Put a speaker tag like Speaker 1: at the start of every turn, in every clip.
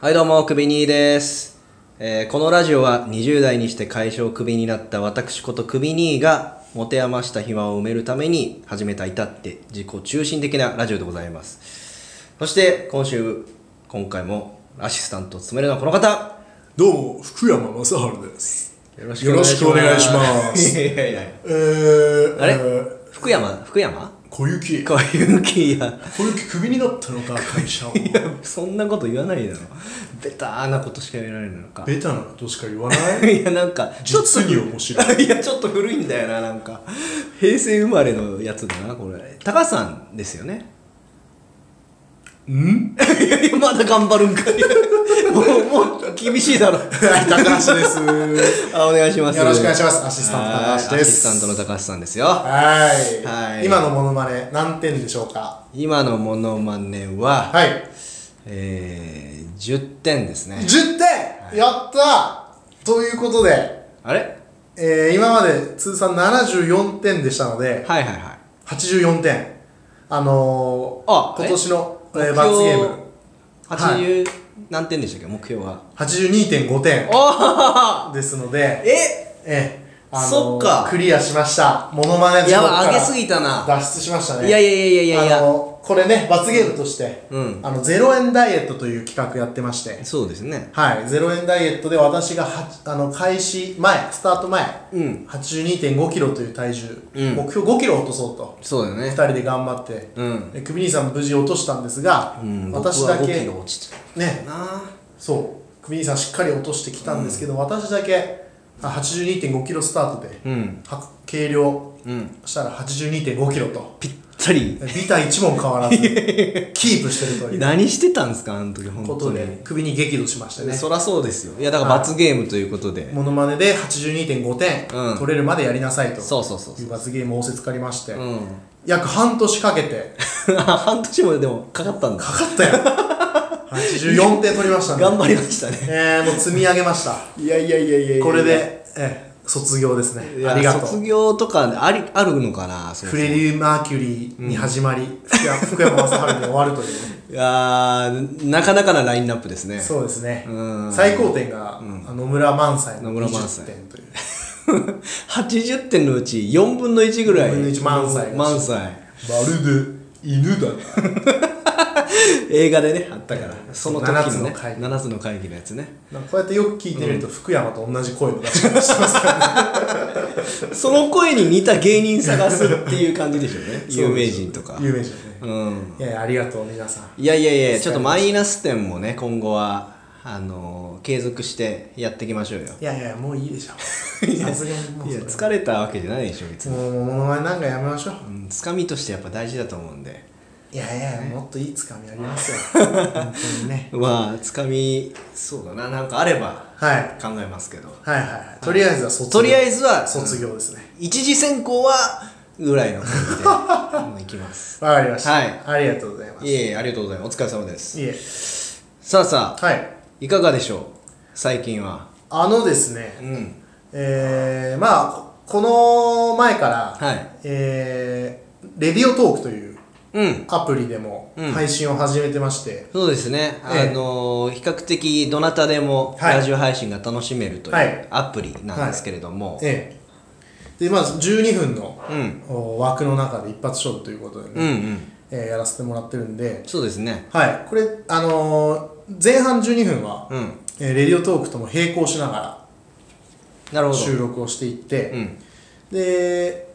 Speaker 1: はいどうも、クビニーです、えーこのラジオは20代にして会社をクビになった私ことクビニーが持て余した暇を埋めるために始めた至って自己中心的なラジオでございます。そして今週、今回もアシスタントを務めるのはこの方
Speaker 2: どうも福山雅治です
Speaker 1: よ
Speaker 2: よろしくお願いしま す
Speaker 1: いやいやいや
Speaker 2: えー、
Speaker 1: あれ、
Speaker 2: えー
Speaker 1: 福山福山
Speaker 2: 小雪
Speaker 1: こういう気や。
Speaker 2: 小雪クビになった のか会社を
Speaker 1: いや、そんなこと言わないだろ。ベターなことしか言われないのか。
Speaker 2: ベタなことしか言わない
Speaker 1: いや、なんか、ちょっと
Speaker 2: 実に面白
Speaker 1: いや、ちょっと古いんだよな、なんか。平成生まれのやつだな、これ。高橋さんですよね。
Speaker 2: ん
Speaker 1: いやいや、まだ頑張るんかい。 もう、もう、厳しいだろ。
Speaker 2: はい高橋です
Speaker 1: あ、お願いします。
Speaker 2: よろしくお願いしますアシスタントの
Speaker 1: はい
Speaker 2: 高橋です
Speaker 1: アシスタントの高橋さんですよ。
Speaker 2: はい
Speaker 1: はい
Speaker 2: 今のモノマネ何点でしょうか
Speaker 1: 今のモノマネは、
Speaker 2: はい
Speaker 1: えー、10点ですね。
Speaker 2: 10点やったということで、
Speaker 1: あれ
Speaker 2: えー、今まで通算74点でしたので
Speaker 1: はいはいはい。
Speaker 2: 84点あのー、
Speaker 1: あえ
Speaker 2: 今年の、え
Speaker 1: 目標
Speaker 2: ー、罰ゲーム
Speaker 1: 80、何点でしたっけ目標は
Speaker 2: 82.5点
Speaker 1: あ
Speaker 2: ですので
Speaker 1: え
Speaker 2: ええ、あの
Speaker 1: そっか
Speaker 2: クリアしましたモノマネ地
Speaker 1: や
Speaker 2: 獄
Speaker 1: ば
Speaker 2: か
Speaker 1: 上げ
Speaker 2: ら
Speaker 1: すぎたな、
Speaker 2: 脱出しましたね
Speaker 1: いやいやいやいやい
Speaker 2: あ
Speaker 1: や
Speaker 2: のこれね罰ゲームとして、
Speaker 1: うん
Speaker 2: あの0円ダイエットという企画やってまして
Speaker 1: そうですね
Speaker 2: はい0円ダイエットで私がはちあの開始前スタート前、
Speaker 1: うん
Speaker 2: 8 2 5キロという体重、
Speaker 1: うん
Speaker 2: 目標5キロ落とそうと
Speaker 1: そうだよ
Speaker 2: 2
Speaker 1: ね
Speaker 2: 人で頑張って、
Speaker 1: うん、
Speaker 2: でクビ兄さん無事落としたんですが、
Speaker 1: うん、
Speaker 2: 私
Speaker 1: 私
Speaker 2: だ
Speaker 1: だ
Speaker 2: け
Speaker 1: け落ちちゃっ
Speaker 2: ね
Speaker 1: たな
Speaker 2: そうクビニさんしっかり落としてきたんですけど、私だけあ82.5キロスタートで、
Speaker 1: うん
Speaker 2: は計量
Speaker 1: うん
Speaker 2: したら82.5キロと
Speaker 1: ぴったり
Speaker 2: ビタ一問変わら ずキープしてるという
Speaker 1: 何してたんですかあの時本
Speaker 2: こと
Speaker 1: 当に、
Speaker 2: でクビに激怒しましてね
Speaker 1: そらそうですよいやだから罰ゲームということで、
Speaker 2: モノマネで82.5点、
Speaker 1: うん
Speaker 2: 取れるまでやりなさいと
Speaker 1: そうそうそう
Speaker 2: い
Speaker 1: そう
Speaker 2: う罰ゲームを仰せつかりまして、
Speaker 1: うん
Speaker 2: 約半年かけて
Speaker 1: 半年もでもかかったんだ
Speaker 2: かかっ たよ84点取りましたね
Speaker 1: 頑張りましたね
Speaker 2: えー、もう積み上げました
Speaker 1: いやいやいやいや
Speaker 2: これで、えー卒業です
Speaker 1: い
Speaker 2: ね
Speaker 1: や
Speaker 2: ありがとう
Speaker 1: 卒業とかありあるのかなそもそ
Speaker 2: フ
Speaker 1: も
Speaker 2: レディ・マーキュリーに始まり、福山福山雅治に終わるとい うね
Speaker 1: いやーなかなかなラインナップですね
Speaker 2: そうですね
Speaker 1: うん
Speaker 2: 最高点が、野村萬斎の
Speaker 1: 野村萬斎
Speaker 2: 20点という
Speaker 1: 80点のうち4分の1ぐらい
Speaker 2: 4分の1満載
Speaker 1: 満載
Speaker 2: まるで犬だ
Speaker 1: 映画でねあったからその時
Speaker 2: 7つ
Speaker 1: のね
Speaker 2: の会議
Speaker 1: 7つの会議のやつね
Speaker 2: なこうやってよく聞いてみると、福山と同じ声を出してますからね
Speaker 1: その声に似た芸人探すっていう感じでしょうね 有名人とか
Speaker 2: 有名人ね、
Speaker 1: うん
Speaker 2: いやいやありがとう皆さん
Speaker 1: いやいやいやちょっとマイナス点もね今後はあのー継続してやっていきましょうよ
Speaker 2: いやいやもういいでしょさすがにも う
Speaker 1: いや
Speaker 2: そ
Speaker 1: 疲れたわけじゃないでしょ別
Speaker 2: れ
Speaker 1: に
Speaker 2: もうもう物前なんかやめましょう、
Speaker 1: うんつかみとしてやっぱ大事だと思うんで
Speaker 2: いやいやもっといいつかみありますよ 本当にね
Speaker 1: まあつかみそうだななんかあれば
Speaker 2: はい
Speaker 1: 考えますけど
Speaker 2: はいはいはいとりあえずは卒業
Speaker 1: とりあえずは
Speaker 2: 卒業ですね、
Speaker 1: 一次選考はぐらいの感じでうん行き ます
Speaker 2: わかりました。
Speaker 1: はい
Speaker 2: ありがとうございます。
Speaker 1: いえいえありがとうございますお疲れ様です
Speaker 2: いえ。
Speaker 1: さあさあ
Speaker 2: はい。
Speaker 1: いかがでしょう最近は
Speaker 2: あのですね、
Speaker 1: ん
Speaker 2: えー、まあ、ここの前から、
Speaker 1: はい
Speaker 2: えー、レディオトークという
Speaker 1: うん
Speaker 2: アプリでも
Speaker 1: うん
Speaker 2: 配信を始めてまして、
Speaker 1: そうですね、
Speaker 2: ええ
Speaker 1: あのー比較的どなたでも
Speaker 2: はい
Speaker 1: ラジオ配信が楽しめるという
Speaker 2: はい
Speaker 1: アプリなんですけれども、
Speaker 2: ええで、まず12分の、
Speaker 1: うん
Speaker 2: お枠の中で一発勝負ということでね、
Speaker 1: うんうん
Speaker 2: えーやらせてもらってるんで、
Speaker 1: そうですね
Speaker 2: はい。これ、あのー前半12分は、
Speaker 1: うん
Speaker 2: えーレディオトークとも並行しなが
Speaker 1: なるほ
Speaker 2: ら
Speaker 1: ど
Speaker 2: 収録をしていって、
Speaker 1: うん
Speaker 2: で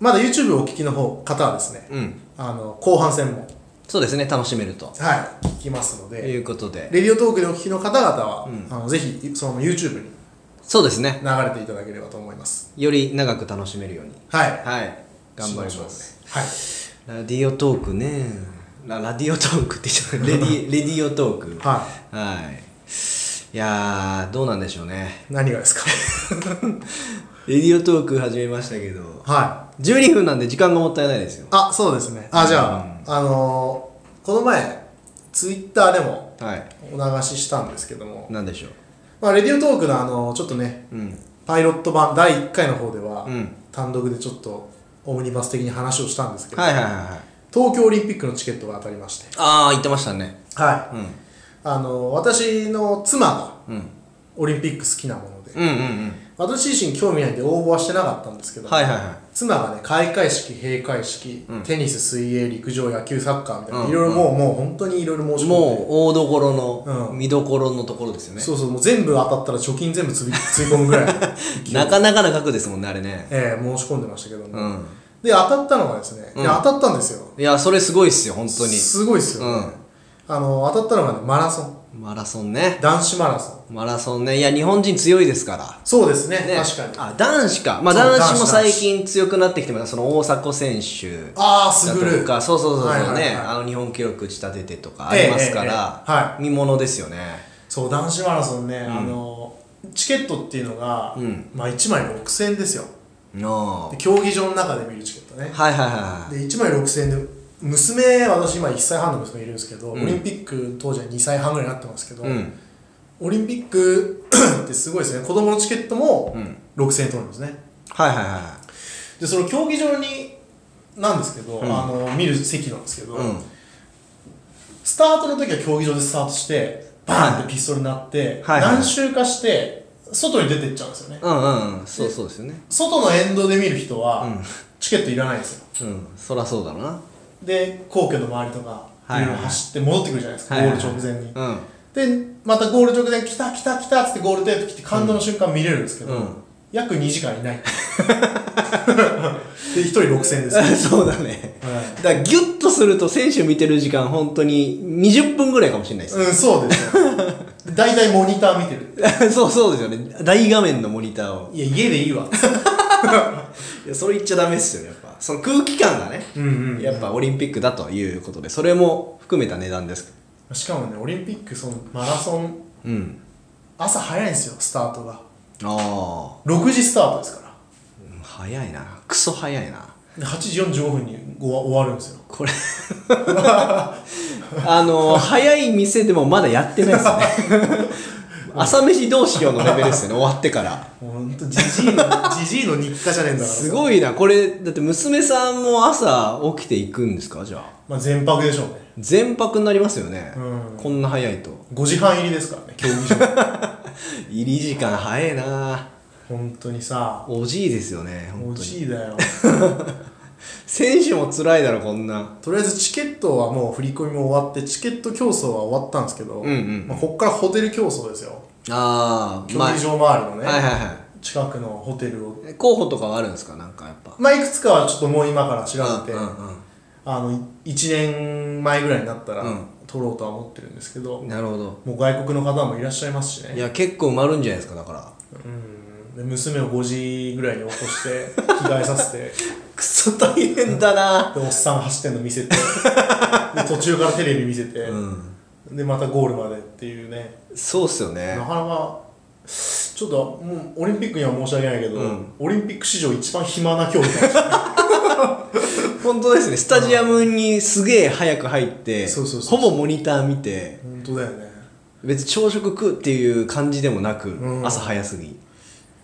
Speaker 2: まだ YouTube をお聞きの方方はですね、
Speaker 1: うん
Speaker 2: あの後半戦も
Speaker 1: そうですね楽しめると
Speaker 2: はい聞きますので
Speaker 1: いうことで
Speaker 2: レディオトークでお聞きの方々は、あのぜひその YouTube に
Speaker 1: そうですね
Speaker 2: 流れていただければと思います
Speaker 1: より長く楽しめるように
Speaker 2: はい
Speaker 1: はい頑張ります
Speaker 2: す
Speaker 1: ラディオトークねララディオトークって言っちゃ ったレディレディオトーク
Speaker 2: はい、はい
Speaker 1: はいいやーどうなんでしょうね
Speaker 2: 何がですか
Speaker 1: レディオトーク始めましたけど
Speaker 2: はい
Speaker 1: 12分なんで時間がもったいないですよ
Speaker 2: あそうですねあじゃあ、あのーこの前 Twitter でも
Speaker 1: はい
Speaker 2: お流ししたんですけども、
Speaker 1: なんでしょう
Speaker 2: まあ、レディオトークのあのちょっとね
Speaker 1: うん
Speaker 2: パイロット版第1回の方では、
Speaker 1: うん
Speaker 2: 単独でちょっとオムニバス的に話をしたんですけど、
Speaker 1: はいはいはいはい
Speaker 2: 東京オリンピックのチケットが当たりまして
Speaker 1: ああ言ってましたね
Speaker 2: は
Speaker 1: うん
Speaker 2: いあの私の妻が
Speaker 1: うん
Speaker 2: オリンピック好きなもので、
Speaker 1: うんうん
Speaker 2: 私自身興味ないんで応募はしてなかったんですけ
Speaker 1: うん
Speaker 2: ど、
Speaker 1: はいはいは
Speaker 2: 妻がね開会式閉会式、
Speaker 1: うん
Speaker 2: テニス水泳陸上野球サッカーみたいな、
Speaker 1: うん
Speaker 2: いろいろもうもう本当にいろいろ申
Speaker 1: い
Speaker 2: し込んで
Speaker 1: もう大どころの
Speaker 2: うん
Speaker 1: 見どころのところですよね
Speaker 2: そうそうもう全部当たったら貯金全部 つびつぎ込むぐらいの勢い
Speaker 1: なかなかな額ですもんねあれね
Speaker 2: ええ申し込んでましたけども、
Speaker 1: うん
Speaker 2: で当たったのがですね、
Speaker 1: うん
Speaker 2: で当たったんですよ
Speaker 1: いやそれすごいっすよ本当に
Speaker 2: すごいですよ、ねあの当たったのが、ね、マラソン
Speaker 1: マラソンね
Speaker 2: 男子マラソン
Speaker 1: マラソンねいや日本人強いですから
Speaker 2: そうですね
Speaker 1: ね、
Speaker 2: 確かにあ
Speaker 1: あ男子か、まあ、
Speaker 2: そう
Speaker 1: 男子
Speaker 2: 男
Speaker 1: も
Speaker 2: 子
Speaker 1: 最近強くなってきてますその大迫選手
Speaker 2: あ
Speaker 1: だ
Speaker 2: ーす
Speaker 1: と
Speaker 2: ぐる
Speaker 1: かそうそうそうそうね、
Speaker 2: はいはいはい
Speaker 1: あの日本記録打ち立ててとかありますから、
Speaker 2: ええええええは
Speaker 1: 見ものですよね
Speaker 2: そう男子マラソンね、あのチケットっていうのが、
Speaker 1: うん
Speaker 2: まあ、1枚6000円ですよ
Speaker 1: の
Speaker 2: で競技場の中で見るチケットね
Speaker 1: はいはいはいはい
Speaker 2: で1枚6000円で娘私今1歳半の娘いるんですけど、
Speaker 1: うん
Speaker 2: オリンピック当時は2歳半ぐらいになってますけど、
Speaker 1: うん
Speaker 2: オリンピック ってすごいですね子供のチケットも
Speaker 1: うん
Speaker 2: 6000円取るんですね
Speaker 1: はいはいは
Speaker 2: でその競技場になんですけど、
Speaker 1: うん
Speaker 2: あの見る席なんですけど、
Speaker 1: いうん
Speaker 2: スタートの時は競技場でスタートしてバーンってピストルになって、
Speaker 1: はいはい
Speaker 2: 何周かして外に出てっちゃうんですよね、
Speaker 1: うんうんそうそうですよね
Speaker 2: 外の沿道で見る人は、
Speaker 1: うん
Speaker 2: チケットいらないんですよ
Speaker 1: うんそらそうだろうな
Speaker 2: で皇居の周りとかい
Speaker 1: はいはい
Speaker 2: ろいろ走って戻ってくるじゃないですか、
Speaker 1: はいはいはい
Speaker 2: ゴール直前に、
Speaker 1: うん
Speaker 2: でまたゴール直前来た来た来たっつってゴールテープ来て感動の瞬間見れるんですけど、
Speaker 1: うん
Speaker 2: 約2時間いない で1人6000円です よ、
Speaker 1: そうだね
Speaker 2: はい
Speaker 1: だからギュッとすると選手見てる時間本当に20分ぐらいかもしれないです、
Speaker 2: うん、そうですよ。大体モニター見て る。
Speaker 1: そうそうですよね大画面のモニターを
Speaker 2: いや、家でいいわ。
Speaker 1: いやそれ言っちゃダメっすよねやっぱその空気感がね、
Speaker 2: ん
Speaker 1: やっぱオリンピックだということでそれも含めた値段です
Speaker 2: しかもね、オリンピック、そのマラソン、
Speaker 1: うん
Speaker 2: 朝早いんですよ、スタートが。
Speaker 1: あ
Speaker 2: 6時スタートですから。
Speaker 1: あ早いなクソ早いな
Speaker 2: で8時45分にご終わるんですよ。
Speaker 1: これあの早い店でもまだやってないですね 朝飯どうしようのレベルですよね終わってから
Speaker 2: もうほんと、じじい の、じじいの日課じゃねえんだから。
Speaker 1: す
Speaker 2: い。
Speaker 1: ごいなこれだって娘さんも朝起きていくんですかじゃあ
Speaker 2: まあ、全泊でしょうね。
Speaker 1: 全泊になりますよね、
Speaker 2: うん
Speaker 1: こんな早いと
Speaker 2: 5時半入りですからね、競技場。
Speaker 1: 入り時間早いな
Speaker 2: 本当にさ、
Speaker 1: おじいですよね本
Speaker 2: お
Speaker 1: 当に
Speaker 2: じいだよ。
Speaker 1: 選手も辛いだろこんな
Speaker 2: とりあえずチケットはもう振り込みも終わって、チケット競争は終わったんですけど、
Speaker 1: うんうん
Speaker 2: まあ、ここからホテル競争ですよ。
Speaker 1: ああ
Speaker 2: 競技場周りのね。
Speaker 1: はいはいは
Speaker 2: 近くのホテルを
Speaker 1: い候補とかはあるんですかなんかやっぱ
Speaker 2: まあいくつかはちょっともう今から調べて、
Speaker 1: うんうん
Speaker 2: あの1年前ぐらいになったら
Speaker 1: うん
Speaker 2: 取ろうとは思ってるんですけど、
Speaker 1: うん
Speaker 2: も
Speaker 1: なるほど
Speaker 2: う外国の方もいらっしゃいますし
Speaker 1: い
Speaker 2: ね
Speaker 1: や結構埋まるんじゃないですかだから
Speaker 2: うんで娘を5時ぐらいに起こして 着替えさせてで
Speaker 1: クソ大変だな
Speaker 2: おっさん走ってんの 見せてで途中からテレビ見せて、
Speaker 1: うん
Speaker 2: でまたゴールまでっていうね
Speaker 1: そうっすよね
Speaker 2: なかなかちょっともうオリンピックには申し訳ないけど、
Speaker 1: うん
Speaker 2: オリンピック史上一番暇な競技かもしれ ない
Speaker 1: 本当ですねスタジアムにすげえ早く入って
Speaker 2: そうそうそうそ
Speaker 1: ほぼモニター見て
Speaker 2: 本当だよね
Speaker 1: 別に朝食食うっていう感じでもなく、
Speaker 2: うん
Speaker 1: 朝早すぎ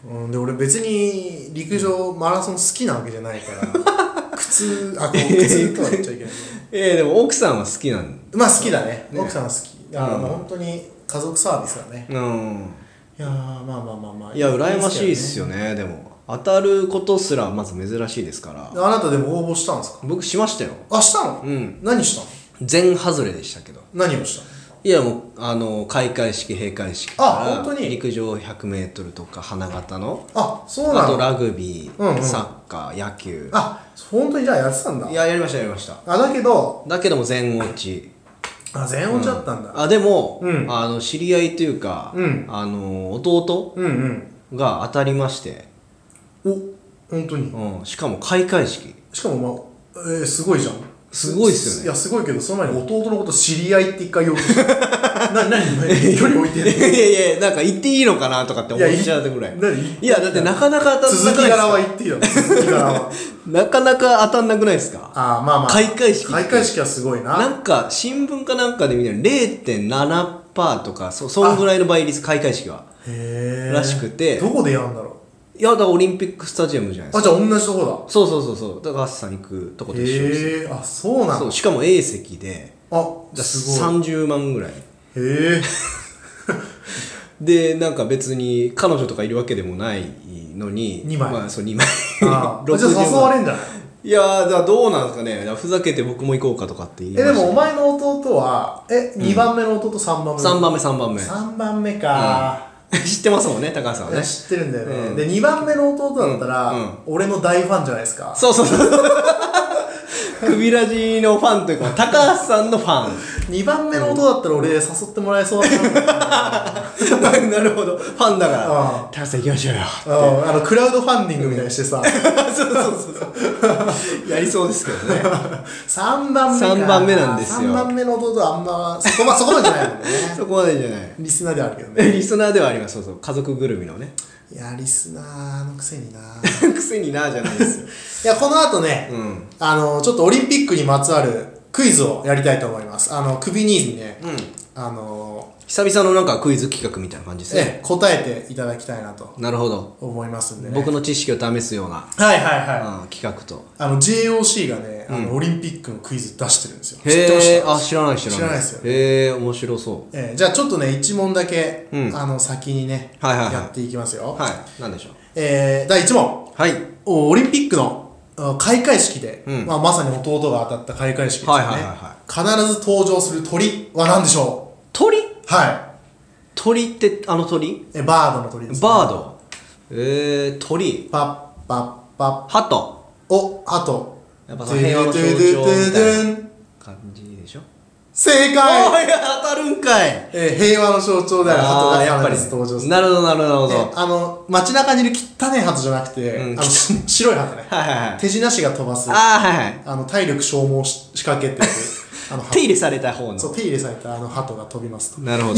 Speaker 2: うん、で俺別に陸上マラソン好きなわけじゃないから 靴あこう靴とは言っちゃいけない
Speaker 1: えー、でも奥さんは好きなん
Speaker 2: まあ好きだね
Speaker 1: ね
Speaker 2: 奥さんは好きあ、
Speaker 1: うん
Speaker 2: もう本当に家族サービスだね
Speaker 1: うん
Speaker 2: いやーまあまあまあまあ
Speaker 1: いや羨ましいっす
Speaker 2: よ
Speaker 1: よねでも当たることすらまず珍しいですから
Speaker 2: あなたでも応募したんですか
Speaker 1: 僕しましたよ
Speaker 2: あしたの、
Speaker 1: うん
Speaker 2: 何したの
Speaker 1: 全外れでしたけど
Speaker 2: 何をしたの
Speaker 1: いやもうあの開会式閉会式
Speaker 2: あ本当に
Speaker 1: 陸上 100m とか花形の
Speaker 2: あそう
Speaker 1: あ
Speaker 2: な
Speaker 1: と
Speaker 2: の
Speaker 1: ラグビー、
Speaker 2: うんうん
Speaker 1: サッカー野球
Speaker 2: あ本当にじゃあやってたんだ
Speaker 1: いややりましたやりました
Speaker 2: あだけど
Speaker 1: だけども全落ち
Speaker 2: あ全落ちだったんだ、
Speaker 1: あでも、
Speaker 2: うん
Speaker 1: あの知り合いというか、
Speaker 2: うん
Speaker 1: あの弟
Speaker 2: うんうん
Speaker 1: が当たりまして、
Speaker 2: お本当に
Speaker 1: うん、しかも開会式
Speaker 2: しかもまあえー、すごいじゃん
Speaker 1: すごいっすよね
Speaker 2: いやすごいけどその前に弟のこと知り合いって一回言おうとしてな何何距離置いて
Speaker 1: いやいやいやなんか言っていいのかなとかって思っちゃうぐらいいや
Speaker 2: 何
Speaker 1: だってなかなか当たんな
Speaker 2: 続
Speaker 1: くな
Speaker 2: き
Speaker 1: いです
Speaker 2: 柄は
Speaker 1: か
Speaker 2: 言っていいだろ続き柄は
Speaker 1: なかなか当たんなくないですか
Speaker 2: ああまあまあ
Speaker 1: 開会式
Speaker 2: 開会式はすごいな
Speaker 1: なんか新聞かなんかで見たら0.7%とかそそんぐらいの倍率開会式は
Speaker 2: へえ
Speaker 1: らしくて
Speaker 2: どこでやるんだろ
Speaker 1: いやだからオリンピックスタジアムじゃないうで
Speaker 2: あ
Speaker 1: す
Speaker 2: じゃあ同じとこ
Speaker 1: かそうそうそうそうだからガッサン行くとこと
Speaker 2: だ
Speaker 1: 一緒です
Speaker 2: へえあそうな
Speaker 1: そ
Speaker 2: の
Speaker 1: うしかも A 席で
Speaker 2: あ
Speaker 1: だ
Speaker 2: すごい
Speaker 1: 30万ぐらい
Speaker 2: へえ
Speaker 1: でなんか別に彼女とかいるわけでもないのに
Speaker 2: 二枚
Speaker 1: まあ、そう2枚
Speaker 2: ああじゃ
Speaker 1: 60
Speaker 2: あ誘われんじゃない
Speaker 1: いやーだからどうなんですかねだからふざけて僕も行こうかとかって言い
Speaker 2: え
Speaker 1: まし
Speaker 2: で
Speaker 1: た
Speaker 2: もお前の弟はえ二2番目の弟3番目
Speaker 1: 3番目3番目
Speaker 2: 3番目か、
Speaker 1: 知ってますもんね高橋さんはい
Speaker 2: や
Speaker 1: ね
Speaker 2: 知ってるんだよね、
Speaker 1: うん
Speaker 2: で2番目の弟だったら、
Speaker 1: うんうん
Speaker 2: 俺の大ファンじゃないですか
Speaker 1: そうそうそうクビラジのファンというか高橋さんのフ ァ
Speaker 2: 2番目の弟だったら俺誘ってもらえそうだな
Speaker 1: ンなるほどファンだから
Speaker 2: う
Speaker 1: 高
Speaker 2: ん
Speaker 1: 橋さん行きましょうよ
Speaker 2: うんあのクラウドファンディングみたいにしてさ、
Speaker 1: そうそうそうやりそうですけどね
Speaker 2: 三3番目か
Speaker 1: 三番目なんですよ
Speaker 2: 3番目の弟はあんまそこまそこまでじゃないもんね
Speaker 1: そこまでじゃない
Speaker 2: リスナーではあるけど
Speaker 1: え
Speaker 2: ね
Speaker 1: リスナーではありますそうそう家族ぐるみのね
Speaker 2: いやリスナーのくせにない
Speaker 1: くせになじゃないですよ
Speaker 2: やこの後ね、
Speaker 1: うん
Speaker 2: あのちょっとオリンピックにまつわるクイズをやりたいと思いますあの首にね、
Speaker 1: うん
Speaker 2: あの
Speaker 1: 久々のなんかクイズ企画みたいな感じです
Speaker 2: え
Speaker 1: ね
Speaker 2: え答えていただきたいなと
Speaker 1: なるほど
Speaker 2: 思いますんでね
Speaker 1: 僕の知識を試すような、
Speaker 2: はいはいはい、
Speaker 1: うん企画と
Speaker 2: あの JOC がね、あ
Speaker 1: う
Speaker 2: の
Speaker 1: ん
Speaker 2: オリンピックのクイズ出してるんですよ。知って
Speaker 1: へ
Speaker 2: ま
Speaker 1: え
Speaker 2: した
Speaker 1: あ知らない知らない
Speaker 2: 知らないですよね
Speaker 1: へえ面白そ
Speaker 2: えーじゃあちょっとね、1問だけ、
Speaker 1: うん
Speaker 2: あの先にね、
Speaker 1: はいはいはい
Speaker 2: やっていきますよ。
Speaker 1: うはいなんでしょう
Speaker 2: えー第1問
Speaker 1: はい
Speaker 2: おオリンピックのあ開会式で、
Speaker 1: うん
Speaker 2: まあ、まさに弟が当たった開会式ですよね、
Speaker 1: はいはいはい
Speaker 2: 必ず登場する鳥は何でしょ
Speaker 1: 鳥
Speaker 2: うは
Speaker 1: 鳥ってあの鳥
Speaker 2: い。えバードの鳥です、
Speaker 1: バードえー、鳥
Speaker 2: パッパッパ
Speaker 1: ハト
Speaker 2: ッ。お、あと。
Speaker 1: やっぱその平和の象徴みたいな感じでしょ
Speaker 2: 正解、
Speaker 1: おい当たるんかい
Speaker 2: えー平和の象徴である鳩
Speaker 1: あーやっ
Speaker 2: が
Speaker 1: ぱ
Speaker 2: 必ず登場す
Speaker 1: り
Speaker 2: る。
Speaker 1: なるほどなるほどなるほど
Speaker 2: であの、街中にいる汚い鳩じゃなくて、
Speaker 1: うん
Speaker 2: あの、白い鳩ね。
Speaker 1: はいはいはい
Speaker 2: 手品師が飛ばす、あ
Speaker 1: ああはいはい
Speaker 2: の、体 力消耗し仕掛けっていう、あの、
Speaker 1: 手
Speaker 2: 鳩
Speaker 1: 入れされた方の
Speaker 2: そう、手入れされたあの鳩が飛びますと。
Speaker 1: なるほど